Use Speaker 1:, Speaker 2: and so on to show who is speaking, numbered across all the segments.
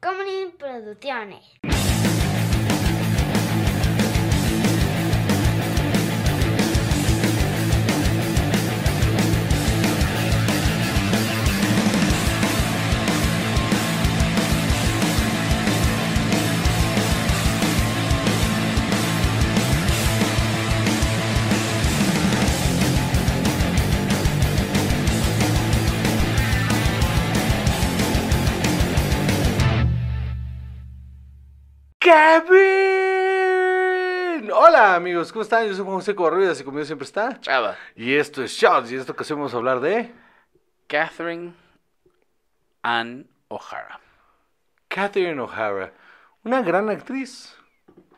Speaker 1: Comedy Producciones.
Speaker 2: Kevin. Hola amigos, ¿cómo están? Yo soy Juan José Covarrubias así conmigo siempre está.
Speaker 3: Chava.
Speaker 2: Y esto es Shots y esto que hacemos hablar de
Speaker 3: Catherine Ann O'Hara.
Speaker 2: Catherine O'Hara, una gran actriz,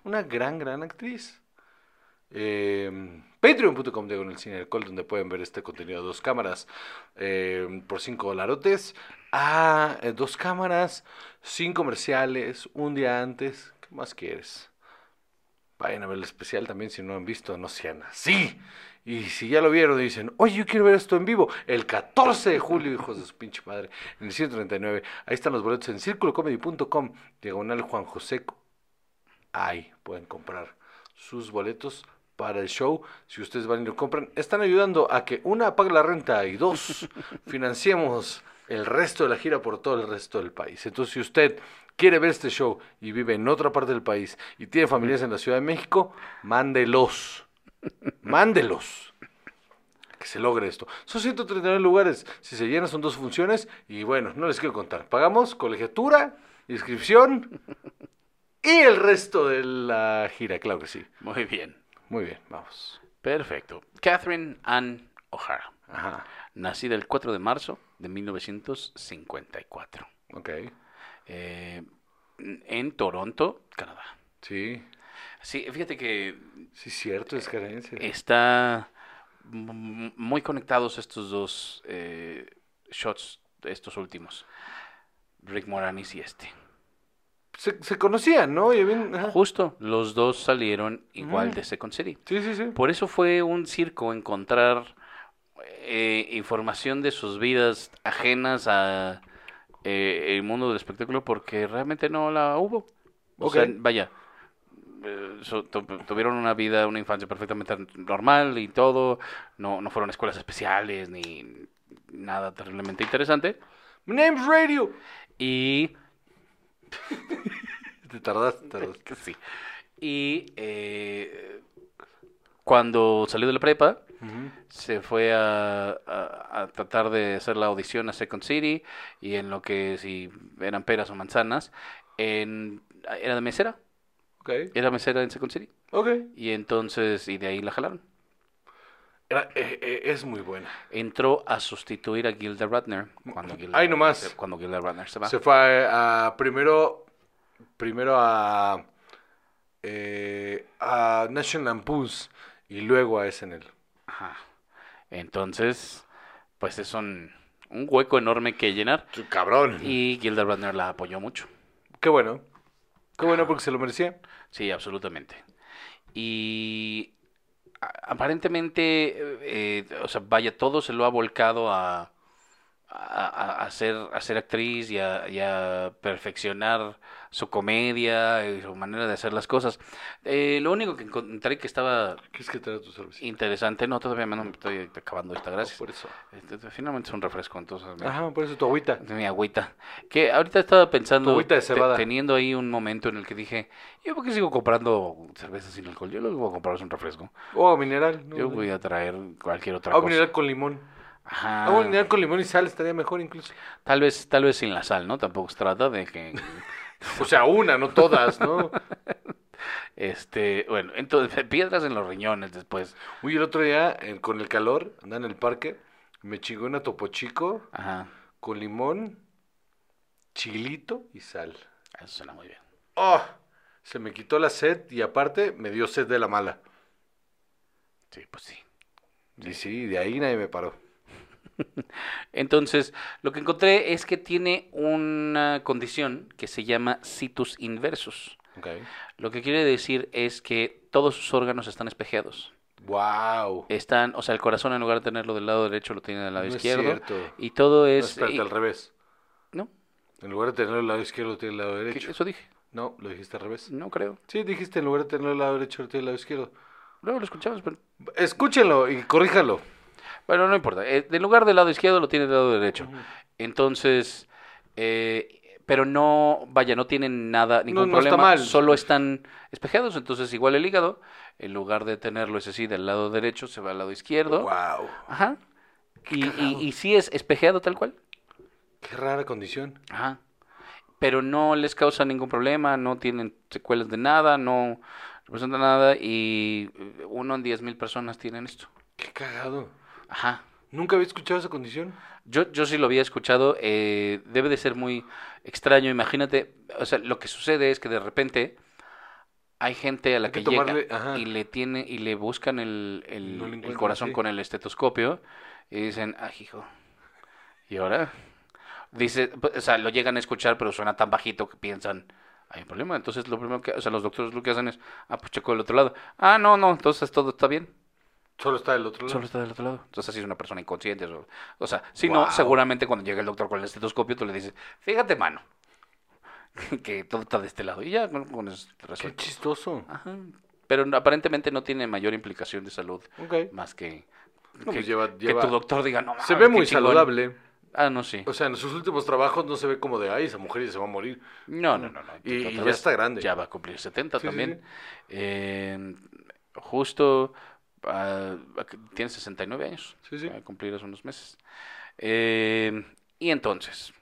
Speaker 2: una gran, gran actriz. Eh, Patreon.com diagonal el cine del alcohol, donde pueden ver este contenido a dos cámaras eh, por cinco dolarotes. Ah, eh, dos cámaras, sin comerciales, un día antes. ¿Qué más quieres? Vayan a ver el especial también si no lo han visto, no sean así. Y si ya lo vieron, dicen, oye, yo quiero ver esto en vivo. El 14 de julio, hijos de su pinche madre, en el 139. Ahí están los boletos en circulocomedy.com, diagonal Juan José. Co- Ahí pueden comprar sus boletos para el show. Si ustedes van y lo compran, están ayudando a que una pague la renta y dos financiemos el resto de la gira por todo el resto del país. Entonces, si usted quiere ver este show y vive en otra parte del país y tiene familias en la Ciudad de México, mándelos. Mándelos. Que se logre esto. Son 139 lugares. Si se llenan son dos funciones. Y bueno, no les quiero contar. Pagamos colegiatura, inscripción y el resto de la gira, claro que sí.
Speaker 3: Muy bien.
Speaker 2: Muy bien, vamos.
Speaker 3: Perfecto. Catherine Ann O'Hara.
Speaker 2: Ajá.
Speaker 3: Nacida el 4 de marzo de 1954.
Speaker 2: Ok.
Speaker 3: eh, en Toronto, Canadá.
Speaker 2: Sí.
Speaker 3: Sí, fíjate que
Speaker 2: Sí, cierto, es carencia.
Speaker 3: Eh. está m- muy conectados estos dos eh, shots, estos últimos. Rick Moranis y este.
Speaker 2: Se, se conocían, ¿no? Y bien, ajá.
Speaker 3: Justo, los dos salieron igual
Speaker 2: Mm.
Speaker 3: de Second City.
Speaker 2: Sí, sí, sí.
Speaker 3: Por eso fue un circo encontrar eh, información de sus vidas ajenas a eh, el mundo del espectáculo porque realmente no la hubo. O
Speaker 2: Ok.
Speaker 3: sea, vaya, eh, so- tu- tuvieron una vida, una infancia perfectamente normal y todo. No, no fueron a escuelas especiales ni nada terriblemente interesante.
Speaker 2: Mi name's Radio.
Speaker 3: Y
Speaker 2: Te tardaste, te tardaste.
Speaker 3: que sí. Y eh, cuando salió de la prepa,
Speaker 2: Ujú.
Speaker 3: se fue a, a- a tratar de hacer la audición a Second City y en lo que si eran peras o manzanas, en, era de mesera,
Speaker 2: Ok.
Speaker 3: era mesera en Second City
Speaker 2: Ok.
Speaker 3: y entonces y de ahí la jalaron.
Speaker 2: Era- eh, eh, es muy buena.
Speaker 3: Entró a sustituir a Gilda Radner cuando Gilda,
Speaker 2: Ay, nomás.
Speaker 3: se- cuando Gilda Radner se va.
Speaker 2: Se fue a, a- primero primero a eh, a National Lampoon's y luego a SNL.
Speaker 3: Ajá. Entonces, pues es un, un hueco enorme que llenar
Speaker 2: Tu Cabrón.
Speaker 3: y Gilda Radner la apoyó mucho.
Speaker 2: Qué bueno. Qué bueno porque se lo merecía.
Speaker 3: Sí, absolutamente. Y a- aparentemente, eh, eh, o sea, vaya, todo se lo ha volcado a, a- a, a ser, a ser actriz y a, y a perfeccionar su comedia y su manera de hacer las cosas. Eh, lo único que encontré que estaba
Speaker 2: ¿Qué es que trae tu cerveza?
Speaker 3: interesante, no, todavía no me estoy acabando esta,
Speaker 2: Ah,
Speaker 3: gracias.
Speaker 2: Por eso.
Speaker 3: Este, este, Finalmente es un refresco, entonces me-
Speaker 2: Ajá, por eso tu agüita.
Speaker 3: mi agüita. Que ahorita estaba pensando,
Speaker 2: Tu agüita de
Speaker 3: te-
Speaker 2: cebada.
Speaker 3: teniendo ahí un momento en el que dije, ¿yo por qué sigo comprando cerveza sin alcohol? Yo lo que voy a comprar es un refresco.
Speaker 2: O oh, mineral. ¿no? Ah,
Speaker 3: Yo voy a traer cualquier otra
Speaker 2: Agua
Speaker 3: cosa. Ah.
Speaker 2: mineral con limón.
Speaker 3: Ajá.
Speaker 2: Agua mineral con limón y sal estaría mejor incluso.
Speaker 3: Tal vez, tal vez sin la sal, ¿no? Tampoco se trata de que,
Speaker 2: O sea, una, no todas, ¿no?
Speaker 3: este, bueno, entonces, piedras en los riñones después.
Speaker 2: Uy, el otro día, eh, con el calor, andaba en el parque, me chingó una topo chico
Speaker 3: Ajá.
Speaker 2: con limón, chilito y sal.
Speaker 3: Eso suena muy bien.
Speaker 2: ¡Oh!
Speaker 3: Ah.
Speaker 2: Se me quitó la sed y aparte me dio sed de la mala.
Speaker 3: Sí, pues sí.
Speaker 2: Y sí, de ahí nadie me paró.
Speaker 3: Entonces, lo que encontré es que tiene una condición que se llama situs inversus.
Speaker 2: Ok.
Speaker 3: Lo que quiere decir es que todos sus órganos están espejeados.
Speaker 2: ¡Wow!
Speaker 3: Están, o sea, el corazón en lugar de tenerlo del Eh, lado derecho lo tiene del lado
Speaker 2: No es
Speaker 3: izquierdo.
Speaker 2: cierto.
Speaker 3: y todo
Speaker 2: No,
Speaker 3: es...
Speaker 2: espérate,
Speaker 3: y-
Speaker 2: al revés.
Speaker 3: ¿no?
Speaker 2: En lugar de tenerlo al lado izquierdo, tiene el lado
Speaker 3: ¿Qué- Mm.
Speaker 2: derecho.
Speaker 3: Eso dije.
Speaker 2: No, lo dijiste al revés.
Speaker 3: No creo.
Speaker 2: Sí, dijiste en lugar de tenerlo al lado derecho, tiene el lado izquierdo.
Speaker 3: Luego lo escuchamos, pero.
Speaker 2: Escúchenlo y corríjalo.
Speaker 3: Bueno, no importa. Eh, en lugar del lado izquierdo lo tiene del lado derecho. Entonces, eh, pero no, vaya, no tienen nada, ningún
Speaker 2: no está
Speaker 3: problema.
Speaker 2: mal.
Speaker 3: Solo están espejeados. Entonces, igual el hígado, en lugar de tenerlo ese sí del lado derecho, se va al lado izquierdo.
Speaker 2: Wow.
Speaker 3: Ajá. Y, y, y sí es espejeado tal cual.
Speaker 2: Qué rara condición.
Speaker 3: Ajá. Pero no les causa ningún problema, no tienen secuelas de nada, no representan nada y eh, uno en diez mil personas tienen esto.
Speaker 2: Qué cagado.
Speaker 3: Ajá.
Speaker 2: Nunca había escuchado esa condición.
Speaker 3: Yo, yo sí lo había escuchado, eh, debe de ser muy extraño, imagínate, o sea, lo que sucede es que de repente hay gente a la
Speaker 2: Hay que
Speaker 3: que, llega
Speaker 2: tomarle- ajá.
Speaker 3: y le tiene y le buscan el, el-
Speaker 2: No le
Speaker 3: el
Speaker 2: encuentran,
Speaker 3: corazón
Speaker 2: sí.
Speaker 3: con el estetoscopio y dicen, ah, hijo, ¿y ahora? Dice, pues, o sea, lo llegan a escuchar, pero suena tan bajito que piensan, hay un problema. Entonces, lo primero que, o sea, los doctores lo que hacen es, ah, pues checo del otro lado. Ah, no, no, entonces todo está bien.
Speaker 2: Solo está del otro lado.
Speaker 3: Solo está del otro lado. Entonces, si es una persona inconsciente. O, o sea, si
Speaker 2: Wow.
Speaker 3: no, seguramente cuando llega el doctor con el estetoscopio, tú le dices, fíjate, mano, que todo está de este lado. Y ya con, con eso te
Speaker 2: Qué
Speaker 3: resuelve.
Speaker 2: chistoso.
Speaker 3: Ajá. Pero no- aparentemente no tiene mayor implicación de salud,
Speaker 2: Ok.
Speaker 3: más que
Speaker 2: No,
Speaker 3: que,
Speaker 2: pues lleva-
Speaker 3: que
Speaker 2: lleva-
Speaker 3: tu doctor diga, no,
Speaker 2: Se
Speaker 3: mames,
Speaker 2: ve
Speaker 3: qué
Speaker 2: muy
Speaker 3: chingón".
Speaker 2: saludable.
Speaker 3: Ah, no, sí.
Speaker 2: O sea, en sus últimos trabajos no se ve como de, ay, esa mujer ya se va a morir.
Speaker 3: No, no, no. no.
Speaker 2: Y- y
Speaker 3: Otra
Speaker 2: ya
Speaker 3: vez,
Speaker 2: está grande.
Speaker 3: Ya va a cumplir 70
Speaker 2: Sí, sí,
Speaker 3: también.
Speaker 2: sí.
Speaker 3: Eh, justo ah, tiene 69 años.
Speaker 2: Sí, sí.
Speaker 3: Va a cumplir hace unos meses. Eh, y entonces,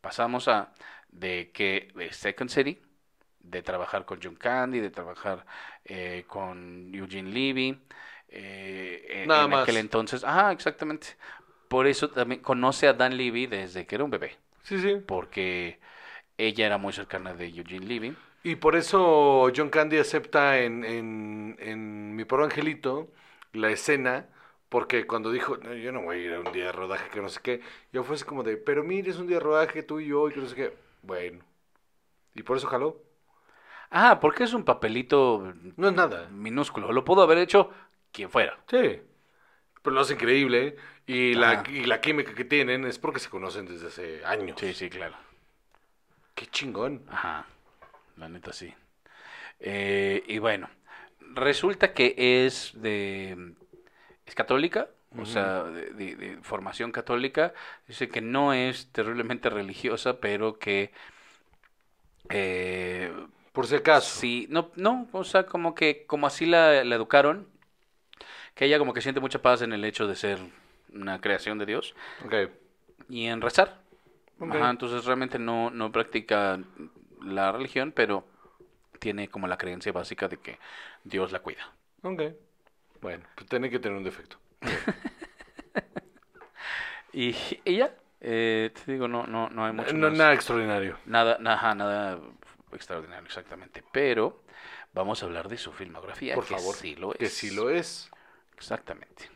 Speaker 3: pasamos a de que de Second City, de trabajar con John Candy, de trabajar eh, con Eugene Levy. eh, en-
Speaker 2: Nada
Speaker 3: en
Speaker 2: más.
Speaker 3: aquel entonces, ajá, exactamente. Por eso también conoce a Dan Levy desde que era un bebé
Speaker 2: Sí, sí.
Speaker 3: porque ella era muy cercana de Eugene Levy.
Speaker 2: Y por eso John Candy acepta en, en, en Mi Pobre Angelito la escena, porque cuando dijo, "No, yo no voy a ir a un día de rodaje, que no sé qué, yo fue así como de, pero mire, es un día de rodaje tú y yo, y que no sé qué. Bueno. Y por eso jaló.
Speaker 3: Ah, porque es un papelito
Speaker 2: No es nada.
Speaker 3: minúsculo. Lo pudo haber hecho quien fuera.
Speaker 2: Sí. Pero lo hace increíble. ¿eh? Y la,
Speaker 3: Ajá.
Speaker 2: y la química que tienen es porque se conocen desde hace años.
Speaker 3: Sí, sí, claro.
Speaker 2: Qué chingón.
Speaker 3: Ajá. La neta sí. Eh, y bueno, resulta que es de. Es católica, o sea, de, de- de formación católica. Dice que no es terriblemente religiosa, pero que. eh,
Speaker 2: Por si acaso.
Speaker 3: Sí, no, no, o sea, como que, como así la, la educaron, que ella como que siente mucha paz en el hecho de ser una creación de Dios
Speaker 2: Ok.
Speaker 3: y en rezar.
Speaker 2: Ok.
Speaker 3: Ajá, entonces realmente no, no practica la religión, pero tiene como la creencia básica de que Dios la cuida.
Speaker 2: Ok. Bueno, pues tiene que tener un defecto.
Speaker 3: Y ella, eh, te digo, no, no, no hay mucho
Speaker 2: No,
Speaker 3: más.
Speaker 2: nada extraordinario.
Speaker 3: Nada, na- ajá, nada extraordinario exactamente, pero vamos a hablar de su filmografía,
Speaker 2: Por
Speaker 3: que
Speaker 2: favor.
Speaker 3: sí lo
Speaker 2: Que
Speaker 3: es.
Speaker 2: sí lo es.
Speaker 3: Exactamente.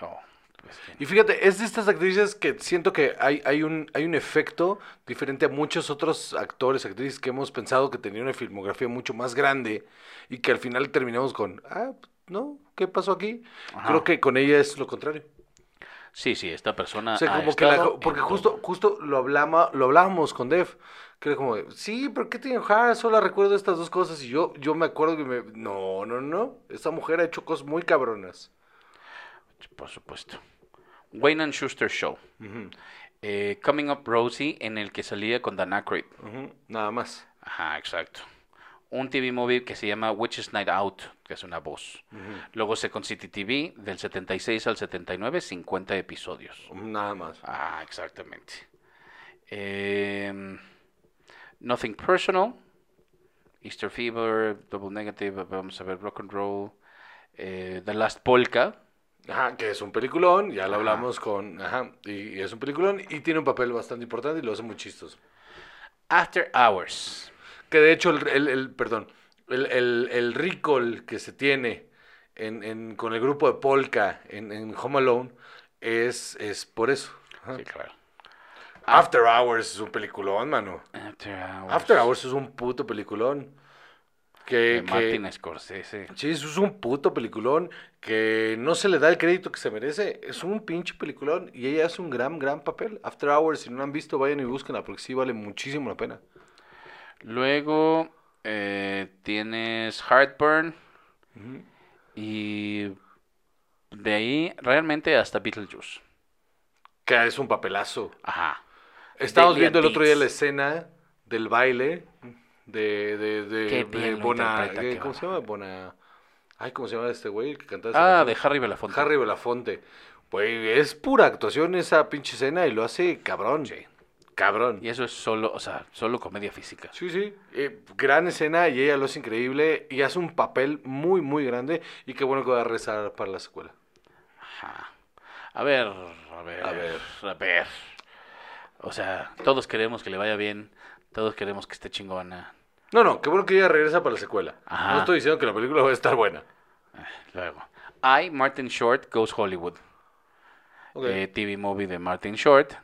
Speaker 3: Oh, pues que-
Speaker 2: Y fíjate, es de estas actrices que siento que hay, hay, un, hay un efecto diferente a muchos otros actores, actrices que hemos pensado que tenían una filmografía mucho más grande y que al final terminamos con, ah, no, ¿qué pasó aquí?
Speaker 3: Ajá.
Speaker 2: Creo que con ella es lo contrario.
Speaker 3: Sí, sí, esta persona.
Speaker 2: O sea,
Speaker 3: ha
Speaker 2: como que la-
Speaker 3: estado
Speaker 2: porque
Speaker 3: en
Speaker 2: justo,
Speaker 3: todo.
Speaker 2: justo lo hablama, lo hablábamos con Dev, que era como, de, sí, pero ¿qué te enojas? Solo recuerdo estas dos cosas y yo, yo me acuerdo que me, no, no, no, esta mujer ha hecho cosas muy cabronas.
Speaker 3: Por supuesto. Wayne and Schuster Show.
Speaker 2: Ujú,
Speaker 3: Eh, Coming Up Rosie, en el que salía con Dan Aykroyd.
Speaker 2: ujú, Nada más.
Speaker 3: Ajá, exacto. Un TV movie que se llama Witches Night Out, que es una voz. Luego Second City TV, del 76 al 79, 50 episodios.
Speaker 2: Nada más.
Speaker 3: Ah, exactamente. Em, nothing Personal, Easter Fever, Double Negative, vamos a ver, Rock and Roll, eh, The Last Polka,
Speaker 2: Ajá, que es un peliculón, ya lo hablamos con, ajá, y, y es un peliculón y tiene un papel bastante importante y lo hace muy chistoso.
Speaker 3: After Hours.
Speaker 2: Que de hecho, el, el- el- perdón, el, el, el recall que se tiene en, en- con el grupo de Polka en, en Home Alone es, es por eso. Ajá.
Speaker 3: Sí, claro.
Speaker 2: After Hours es un peliculón, mano.
Speaker 3: After Hours.
Speaker 2: After Hours es un puto peliculón. Que,
Speaker 3: de
Speaker 2: que-
Speaker 3: Martin Scorsese.
Speaker 2: Sí, eso es un puto peliculón que no se le da el crédito que se merece. Es un pinche peliculón y ella hace un gran, gran papel. After Hours, si no la han visto, vayan y búsquenla porque sí vale muchísimo la pena.
Speaker 3: Luego eh, tienes Heartburn
Speaker 2: Ujú.
Speaker 3: y de ahí realmente hasta Beetlejuice. Ah,
Speaker 2: Que es un papelazo.
Speaker 3: Ajá.
Speaker 2: Estábamos
Speaker 3: Deadly
Speaker 2: viendo el
Speaker 3: Beats.
Speaker 2: otro día la escena del baile de, de, de,
Speaker 3: Qué
Speaker 2: de
Speaker 3: bien lo
Speaker 2: Bona.
Speaker 3: interpreta,
Speaker 2: eh,
Speaker 3: qué
Speaker 2: ¿Cómo se llama? Bona. Ay, ¿cómo se llama este güey? El que cantaba esa
Speaker 3: Ah,
Speaker 2: canción?
Speaker 3: de Harry Belafonte.
Speaker 2: Harry Belafonte. Güey, es pura actuación esa pinche escena y lo hace cabrón.
Speaker 3: Sí.
Speaker 2: Cabrón.
Speaker 3: Y eso es solo, o sea, solo comedia física.
Speaker 2: Sí, sí. eh, gran escena y ella lo hace increíble y hace un papel muy, muy grande. Y qué bueno que va a rezar para la secuela.
Speaker 3: Ajá. A ver, a ver,
Speaker 2: A ver.
Speaker 3: a ver. O sea, todos queremos que le vaya bien, todos queremos que esté chingona.
Speaker 2: No, no, qué bueno que ella regresa para la secuela.
Speaker 3: Ajá.
Speaker 2: No estoy diciendo que la película va a estar buena.
Speaker 3: Luego, I, Martin Short, Goes Hollywood.
Speaker 2: Ok.
Speaker 3: Eh, TV movie de Martin Short.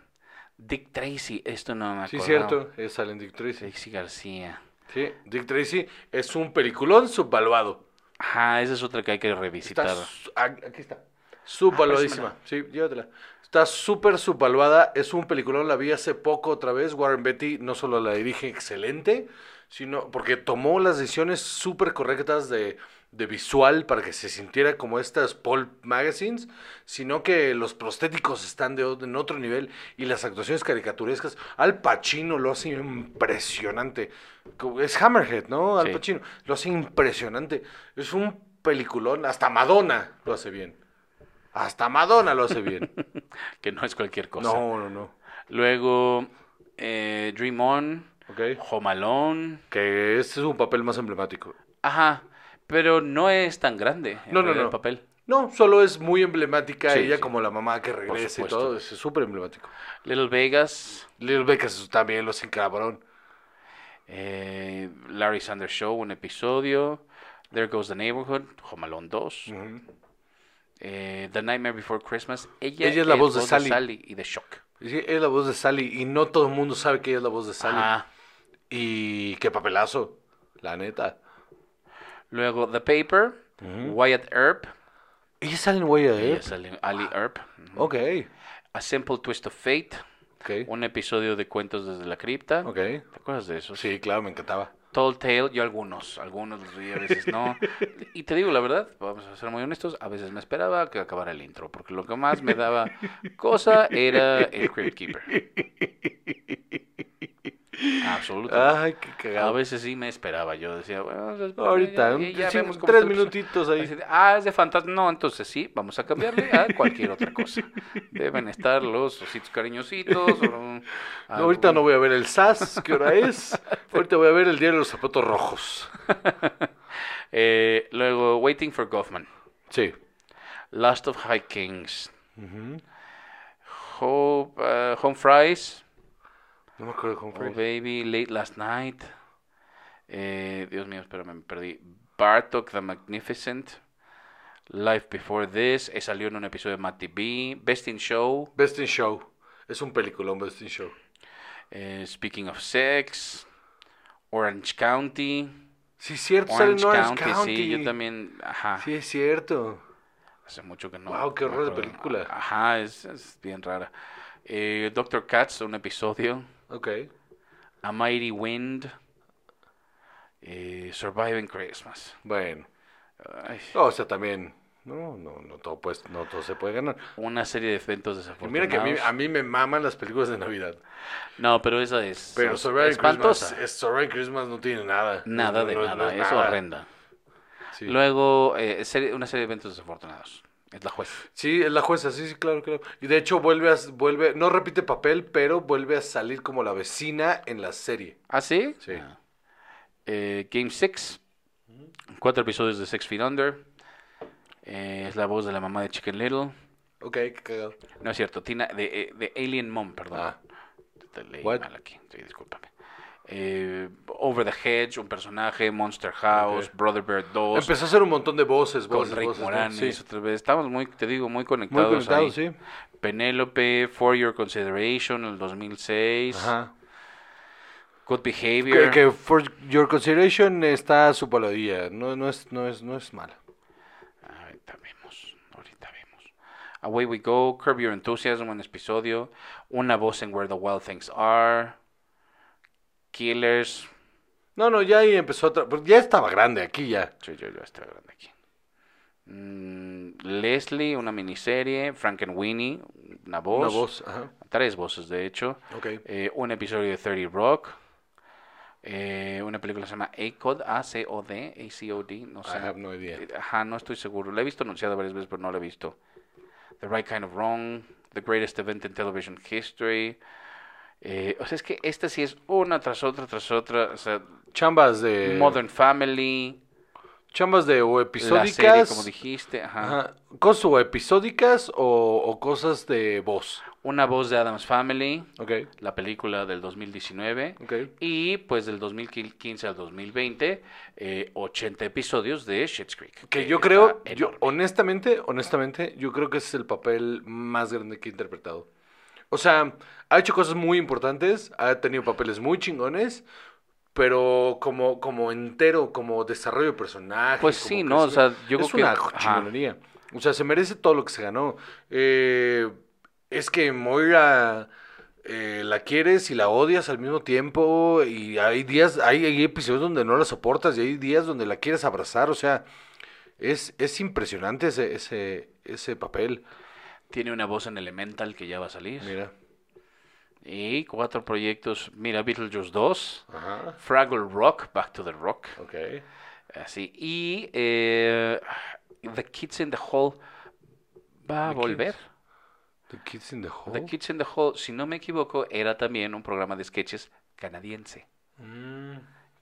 Speaker 3: Dick Tracy, esto no me acuerdo.
Speaker 2: sí, cierto. Es Alan Dick Tracy.
Speaker 3: Tracy García.
Speaker 2: Sí, Dick Tracy es un peliculón subvaluado.
Speaker 3: Ajá, esa es otra que hay que
Speaker 2: Está
Speaker 3: revisitar.
Speaker 2: su- a- aquí está. Subvaluadísima. Sí, llévatela. Está súper subvaluada. Es un peliculón. La vi hace poco otra vez. Warren Betty no solo la dirige excelente, sino porque tomó las decisiones súper correctas de, de visual para que se sintiera como estas pulp magazines, sino que los prostéticos están de, o- en otro nivel y las actuaciones caricaturescas. Al Pacino lo hace impresionante. Co- Es Hammerhead, ¿no? Al
Speaker 3: Sí.
Speaker 2: Pacino lo hace impresionante. Es un peliculón. Hasta Madonna lo hace bien. Hasta Madonna lo hace bien.
Speaker 3: Que no es cualquier cosa.
Speaker 2: no, no, no.
Speaker 3: Luego, eh, Dream On,
Speaker 2: Ok.
Speaker 3: Home Alone.
Speaker 2: Que este es un papel más emblemático.
Speaker 3: Ajá, pero no es tan grande en
Speaker 2: No, no,
Speaker 3: realidad,
Speaker 2: no.
Speaker 3: el papel.
Speaker 2: No, solo es muy emblemática
Speaker 3: Sí,
Speaker 2: ella
Speaker 3: sí.
Speaker 2: como la mamá que regresa y
Speaker 3: supuesto.
Speaker 2: todo. Es súper emblemático.
Speaker 3: Little Vegas,
Speaker 2: Little Becas también lo hace cabrón.
Speaker 3: eh, Larry Sanders Show, un episodio, There Goes the Neighborhood, Home Alone 2,
Speaker 2: Ujú.
Speaker 3: eh, The Nightmare Before Christmas. Ella,
Speaker 2: Ella es la voz de Sally.
Speaker 3: y de Shock.
Speaker 2: Y sí, Es la voz de Sally y no todo el mundo sabe que ella es la voz de Sally.
Speaker 3: Ajá.
Speaker 2: Y qué papelazo, la neta.
Speaker 3: Luego The Paper,
Speaker 2: Ujú.
Speaker 3: Wyatt Earp,
Speaker 2: Ella sale en Way
Speaker 3: ella es Ali, Ali Earp,
Speaker 2: Ok,
Speaker 3: A Simple Twist of Fate,
Speaker 2: ok,
Speaker 3: un episodio de Cuentos desde la Cripta.
Speaker 2: ok.
Speaker 3: ¿Te acuerdas de eso?
Speaker 2: Sí, claro, me encantaba.
Speaker 3: Tall Tale, yo algunos, algunos los vi, a veces no. Y te digo la verdad, vamos a ser muy honestos, a veces me esperaba que acabara el intro, porque lo que más me daba cosa era el Crypt Keeper. Absolutamente.
Speaker 2: Ay, qué
Speaker 3: a
Speaker 2: cagado.
Speaker 3: veces sí me esperaba, yo decía, bueno, después ya-
Speaker 2: Ahorita,
Speaker 3: ya- ya
Speaker 2: sí,
Speaker 3: vemos cómo
Speaker 2: tres
Speaker 3: está el episodio.
Speaker 2: minutitos
Speaker 3: Así
Speaker 2: ahí.
Speaker 3: de, Ah, es de fantasma. No, entonces sí, vamos a cambiarle a cualquier otra cosa. Deben estar los ositos cariñositos. o-
Speaker 2: No, ahorita
Speaker 3: algún-
Speaker 2: no voy a ver el SAS, ¿qué hora es? Ahorita voy a ver el Día de los Zapatos Rojos.
Speaker 3: Eh, luego, Waiting for Goffman.
Speaker 2: Sí.
Speaker 3: Last of High Kings.
Speaker 2: Ujú.
Speaker 3: Hope, eh, Home Fries.
Speaker 2: No me acuerdo cómo
Speaker 3: Oh,
Speaker 2: fue.
Speaker 3: Baby, Late Last Night. Eh, Dios mío, espérame, me perdí. Bartok the Magnificent. Life Before This. eh, salió en un episodio de Matt TV. Best in Show.
Speaker 2: Best in Show. Es un peliculón, Best in Show.
Speaker 3: eh, Speaking of Sex. Orange County.
Speaker 2: Sí, cierto, sale
Speaker 3: Orange
Speaker 2: en Orange
Speaker 3: County,
Speaker 2: County.
Speaker 3: sí, yo también. Ah. Ajá.
Speaker 2: Sí, es cierto.
Speaker 3: Hace mucho que no.
Speaker 2: Guau, qué
Speaker 3: no me
Speaker 2: horror de
Speaker 3: acuerdo.
Speaker 2: película.
Speaker 3: Ajá, es, es bien rara. Eh, Doctor Katz, un episodio.
Speaker 2: Ok.
Speaker 3: A Mighty Wind, eh, Surviving Christmas.
Speaker 2: Bueno.
Speaker 3: Ay,
Speaker 2: O sea, también. No, no, no todo, pues, no todo se puede ganar.
Speaker 3: una serie de eventos
Speaker 2: Que
Speaker 3: desafortunados.
Speaker 2: Mira que a mí, a mí me maman las películas de Navidad.
Speaker 3: No, pero esa es
Speaker 2: Pero
Speaker 3: es
Speaker 2: Surviving
Speaker 3: espantosa.
Speaker 2: Christmas, es- Surviving Christmas no tiene nada.
Speaker 3: Nada
Speaker 2: No-
Speaker 3: de
Speaker 2: no- no
Speaker 3: nada,
Speaker 2: es
Speaker 3: es horrenda.
Speaker 2: Sí.
Speaker 3: Luego, eh, serie- una serie de eventos desafortunados. Es la juez.
Speaker 2: Sí, es la jueza, sí, sí, claro, claro. Y de hecho vuelve a, vuelve, no repite papel, pero vuelve a salir como la vecina en la serie.
Speaker 3: ¿Ah, sí?
Speaker 2: Sí.
Speaker 3: Ah. Eh, Game 6. Cuatro episodios de Six Feet Under. Eh, es la voz de la mamá de Chicken Little.
Speaker 2: Ok, qué cagado.
Speaker 3: No es cierto, Tina, de, eh, de Alien Mom, perdón.
Speaker 2: Ah.
Speaker 3: Te leí
Speaker 2: What?
Speaker 3: mal aquí, sí, discúlpame. Eh, Over the Hedge, un personaje, Monster House,
Speaker 2: Ok.
Speaker 3: Brother Bear 2,
Speaker 2: Empezó a hacer un montón de voces,
Speaker 3: con
Speaker 2: voces,
Speaker 3: Rick
Speaker 2: voces, ¿no?
Speaker 3: Moranis
Speaker 2: Sí.
Speaker 3: otra vez. Estamos muy, te digo, muy
Speaker 2: Muy
Speaker 3: conectados.
Speaker 2: conectados,
Speaker 3: ahí.
Speaker 2: sí.
Speaker 3: Penélope, For Your Consideration, el 2006.
Speaker 2: Ajá.
Speaker 3: Good
Speaker 2: Que,
Speaker 3: Behavior.
Speaker 2: que For Your Consideration está su paladilla. No, no, es, no, es, no es mala.
Speaker 3: Ahorita vemos, ahorita vemos. Away We Go, Curb Your Enthusiasm, un episodio. Una voz en Where the Wild Things Are. Killers.
Speaker 2: No, no, ya ahí empezó otra. pero Ya estaba grande aquí ya.
Speaker 3: Sí, yo, yo estoy grande aquí. Mm, Leslie, una miniserie. Frankenweenie, una voz.
Speaker 2: Una voz. Ajá.
Speaker 3: Tres voces, de hecho.
Speaker 2: Ok.
Speaker 3: Eh, un episodio de 30 Rock. Eh, una película que se llama A-Cod, A-C-O-D, A-C-O-D, no sé.
Speaker 2: I have no idea.
Speaker 3: Eh, Ajá, no estoy seguro. La he visto anunciada varias veces, pero no la he visto. The Right Kind of Wrong, The Greatest Event in Television History. Eh, o sea, es que esta sí es una tras otra, tras otra. O sea,
Speaker 2: Chambas de.
Speaker 3: Modern Family,
Speaker 2: Chambas de o
Speaker 3: la
Speaker 2: episódicas.
Speaker 3: serie, como dijiste. Ajá.
Speaker 2: Ajá. Cosas o episódicas o, o cosas de voz.
Speaker 3: Una voz de Adam's Family,
Speaker 2: Ok.
Speaker 3: la película del 2019.
Speaker 2: Ok.
Speaker 3: Y pues del 2015 al 2020, eh, 80 episodios de Shit's Creek.
Speaker 2: Que yo
Speaker 3: está
Speaker 2: creo, yo,
Speaker 3: enorme.
Speaker 2: honestamente, honestamente, yo creo que ese es el papel más grande que he interpretado. O sea, ha hecho cosas muy importantes, ha tenido papeles muy chingones, pero como, como entero, como desarrollo de personaje.
Speaker 3: Pues
Speaker 2: como
Speaker 3: sí, ¿no? O sea, yo
Speaker 2: es
Speaker 3: creo que-
Speaker 2: una
Speaker 3: ajá.
Speaker 2: chingonería. O sea, se merece todo lo que se ganó. Eh, es que Moira eh, la quieres y la odias al mismo tiempo y hay días, hay, hay episodios donde no la soportas y hay días donde la quieres abrazar, o sea, es, es impresionante ese, ese, ese papel.
Speaker 3: Tiene una voz en Elemental que ya va a salir.
Speaker 2: Mira.
Speaker 3: Y cuatro proyectos. Mira, Beetlejuice 2,
Speaker 2: Ajá.
Speaker 3: Fraggle Rock, Back to the Rock.
Speaker 2: Ok.
Speaker 3: Así. Y eh, The Kids in the Hall va a
Speaker 2: The
Speaker 3: volver.
Speaker 2: The Kids in the Hall.
Speaker 3: The Kids in the Hall, si no me equivoco, era también un programa de sketches canadiense.
Speaker 2: Mm.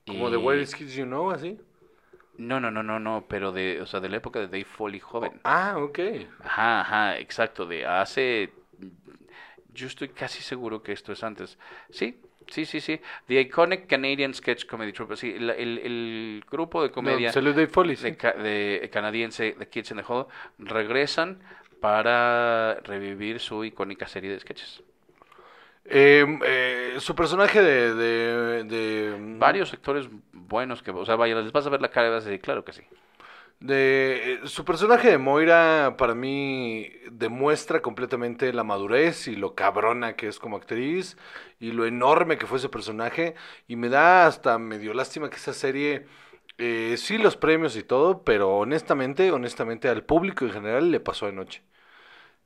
Speaker 2: Como
Speaker 3: Y-
Speaker 2: The Wildest Kids You Know, así.
Speaker 3: No, no, no, no, no, pero de, o sea, de la época de Dave Foley joven.
Speaker 2: Ah, ok.
Speaker 3: Ajá, ajá, exacto, de hace... Yo estoy casi seguro que esto es antes. Sí, sí, sí, sí. The Iconic Canadian Sketch Comedy Troupe. Sí, la- el, el grupo de comedia
Speaker 2: No, salió Dave Foley, sí.
Speaker 3: de, ca- de eh, canadiense The Kids in the Hall regresan para revivir su icónica serie de sketches.
Speaker 2: Eh, eh, su personaje de, de, de-
Speaker 3: Varios sectores buenos que, o sea, vaya, les vas a ver la cara y vas a decir, claro que sí.
Speaker 2: De, eh, su personaje de Moira para mí demuestra completamente la madurez y lo cabrona que es como actriz y lo enorme que fue ese personaje y me da hasta medio lástima que esa serie eh, sí los premios y todo, pero honestamente, honestamente al público en general le pasó de noche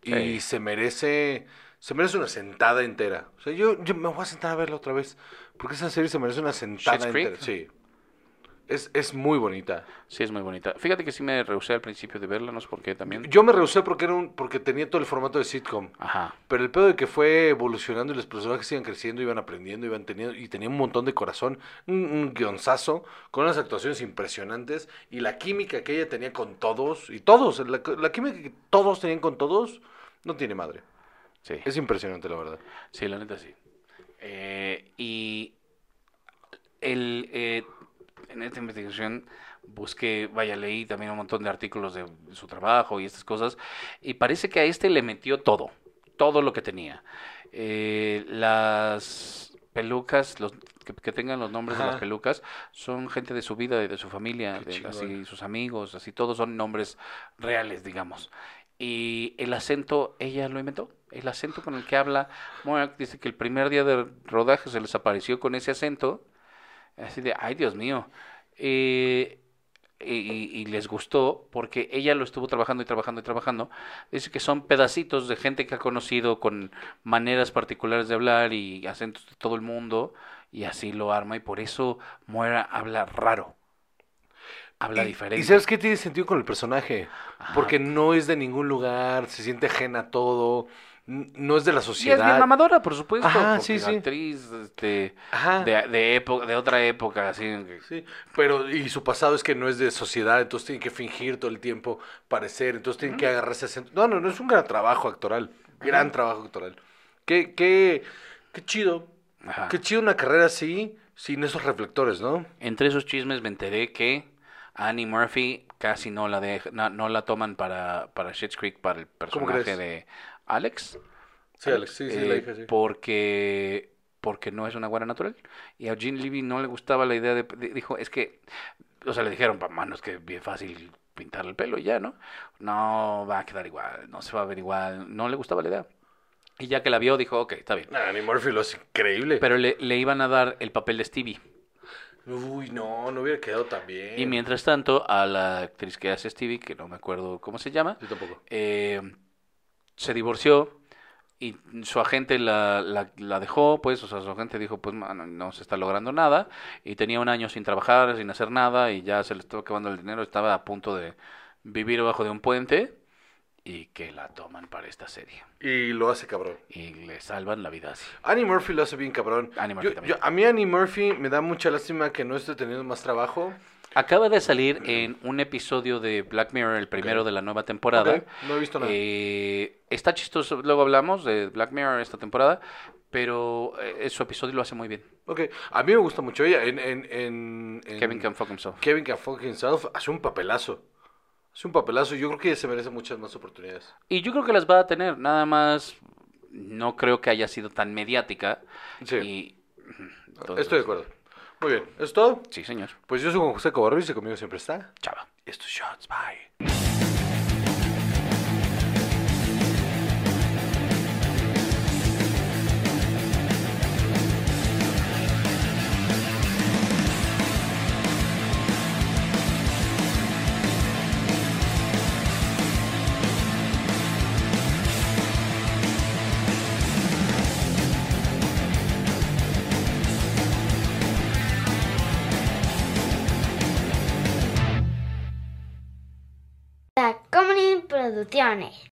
Speaker 2: y
Speaker 3: Sí.
Speaker 2: se merece se merece una sentada entera. O sea, yo, yo me voy a sentar a verla otra vez porque esa serie se merece una sentada
Speaker 3: Schitt's Creek.
Speaker 2: entera. Sí. Es, es muy bonita.
Speaker 3: Sí, es muy bonita. Fíjate que sí me rehusé al principio de verla, no sé por qué también.
Speaker 2: Yo me rehusé porque era un, porque tenía todo el formato de sitcom.
Speaker 3: Ajá.
Speaker 2: Pero el pedo de que fue evolucionando y los personajes iban creciendo, iban aprendiendo, iban teniendo, y tenía un montón de corazón, un, un guionzazo, con unas actuaciones impresionantes, y la química que ella tenía con todos, y todos, la, la química que todos tenían con todos, no tiene madre.
Speaker 3: Sí.
Speaker 2: Es impresionante, la verdad.
Speaker 3: Sí, la neta sí. Eh, y el, eh, en esta investigación busqué, vaya, leí también un montón de artículos de su trabajo y estas cosas, y parece que a este le metió todo, todo lo que tenía. Eh, las pelucas, los, que, que tengan los nombres de las
Speaker 2: Ajá.
Speaker 3: pelucas, son gente de su vida, y de su familia,
Speaker 2: Qué
Speaker 3: de-
Speaker 2: chingón.
Speaker 3: así sus amigos, así todos son nombres reales, digamos. Y el acento, ella lo inventó. El acento con el que habla Moyak dice que el primer día de rodaje se les apareció con ese acento. Así de, ay, Dios mío. Eh, y, y- y les gustó porque ella lo estuvo trabajando y trabajando y trabajando. Dice que son pedacitos de gente que ha conocido con maneras particulares de hablar y acentos de todo el mundo. Y así lo arma. Y por eso Moira habla raro. Habla
Speaker 2: Y-
Speaker 3: diferente.
Speaker 2: ¿Y sabes qué tiene sentido con el personaje?
Speaker 3: Ajá.
Speaker 2: Porque no es de ningún lugar, se siente ajena a todo, n- no es de la
Speaker 3: Y es bien
Speaker 2: sociedad.
Speaker 3: mamadora, por supuesto.
Speaker 2: Ajá,
Speaker 3: porque
Speaker 2: sí, sí. Ah.
Speaker 3: Actriz, este,
Speaker 2: Ajá.
Speaker 3: de, de época, de otra época, así. que-
Speaker 2: Sí, pero y su pasado es que no es de sociedad, entonces tiene que fingir todo el tiempo, parecer, entonces tiene que agarrarse acento. No, no, no, es un gran trabajo actoral, gran trabajo actoral. Qué, qué, qué chido,
Speaker 3: Ajá.
Speaker 2: qué chido una carrera así, sin esos reflectores, ¿no?
Speaker 3: Entre esos chismes me enteré que Annie Murphy casi no la deja- no, no la toman para, para Schitt's Creek, para el
Speaker 2: ¿Cómo
Speaker 3: personaje
Speaker 2: crees?
Speaker 3: de Alex.
Speaker 2: Sí, Alex, sí, sí,
Speaker 3: Eh,
Speaker 2: la hija, sí.
Speaker 3: Porque porque no es una guara natural. Y a Eugene Levy no le gustaba la idea de, de- dijo, es que, o sea, le dijeron, "Pa, mano, es que es bien fácil pintar el pelo y ya, ¿no? No va a quedar igual, no se va a ver igual, no le gustaba la idea. Y ya que la vio, dijo, ok, está bien.
Speaker 2: Nah, Ah, Annie Murphy lo hace increíble.
Speaker 3: Pero le, le iban a dar el papel de Stevie.
Speaker 2: Uy, no, no hubiera quedado tan bien.
Speaker 3: Y mientras tanto, a la actriz que hace Stevie, que no me acuerdo cómo se llama,
Speaker 2: Yo tampoco.
Speaker 3: eh, se divorció y su agente la, la, la dejó, pues, o sea, su agente dijo, pues, mano, no se está logrando nada, y tenía un año sin trabajar, sin hacer nada, y ya se le estaba acabando el dinero, estaba a punto de vivir bajo de un puente, y que la toman para esta serie,
Speaker 2: Y lo hace cabrón.
Speaker 3: y le salvan la vida así.
Speaker 2: Annie Murphy lo hace bien cabrón.
Speaker 3: Annie Murphy
Speaker 2: Yo-
Speaker 3: también.
Speaker 2: yo- a mí Annie Murphy me da mucha lástima que no esté teniendo más trabajo.
Speaker 3: Acaba de salir en un episodio de Black Mirror, el primero
Speaker 2: Ok.
Speaker 3: de la nueva temporada,
Speaker 2: Ok, no he visto nada.
Speaker 3: Eh, está chistoso, luego hablamos de Black Mirror esta temporada, pero eh, su episodio lo hace muy bien.
Speaker 2: Ok, a mí me gusta mucho ella. En, en, en- en-
Speaker 3: Kevin Can Fuck Himself.
Speaker 2: Kevin Can Fuck Himself hace un papelazo. Hace un papelazo. Yo creo que se merece muchas más oportunidades.
Speaker 3: Y yo creo que las va a tener, nada más no creo que haya sido tan mediática.
Speaker 2: Sí,
Speaker 3: y- entonces-
Speaker 2: estoy de acuerdo. Muy bien, ¿es todo?
Speaker 3: Sí, señor.
Speaker 2: Pues yo soy Juan José Cobarrubias y conmigo siempre está.
Speaker 3: Chava.
Speaker 2: Estos shots, bye.
Speaker 1: Da Comedy Producciones.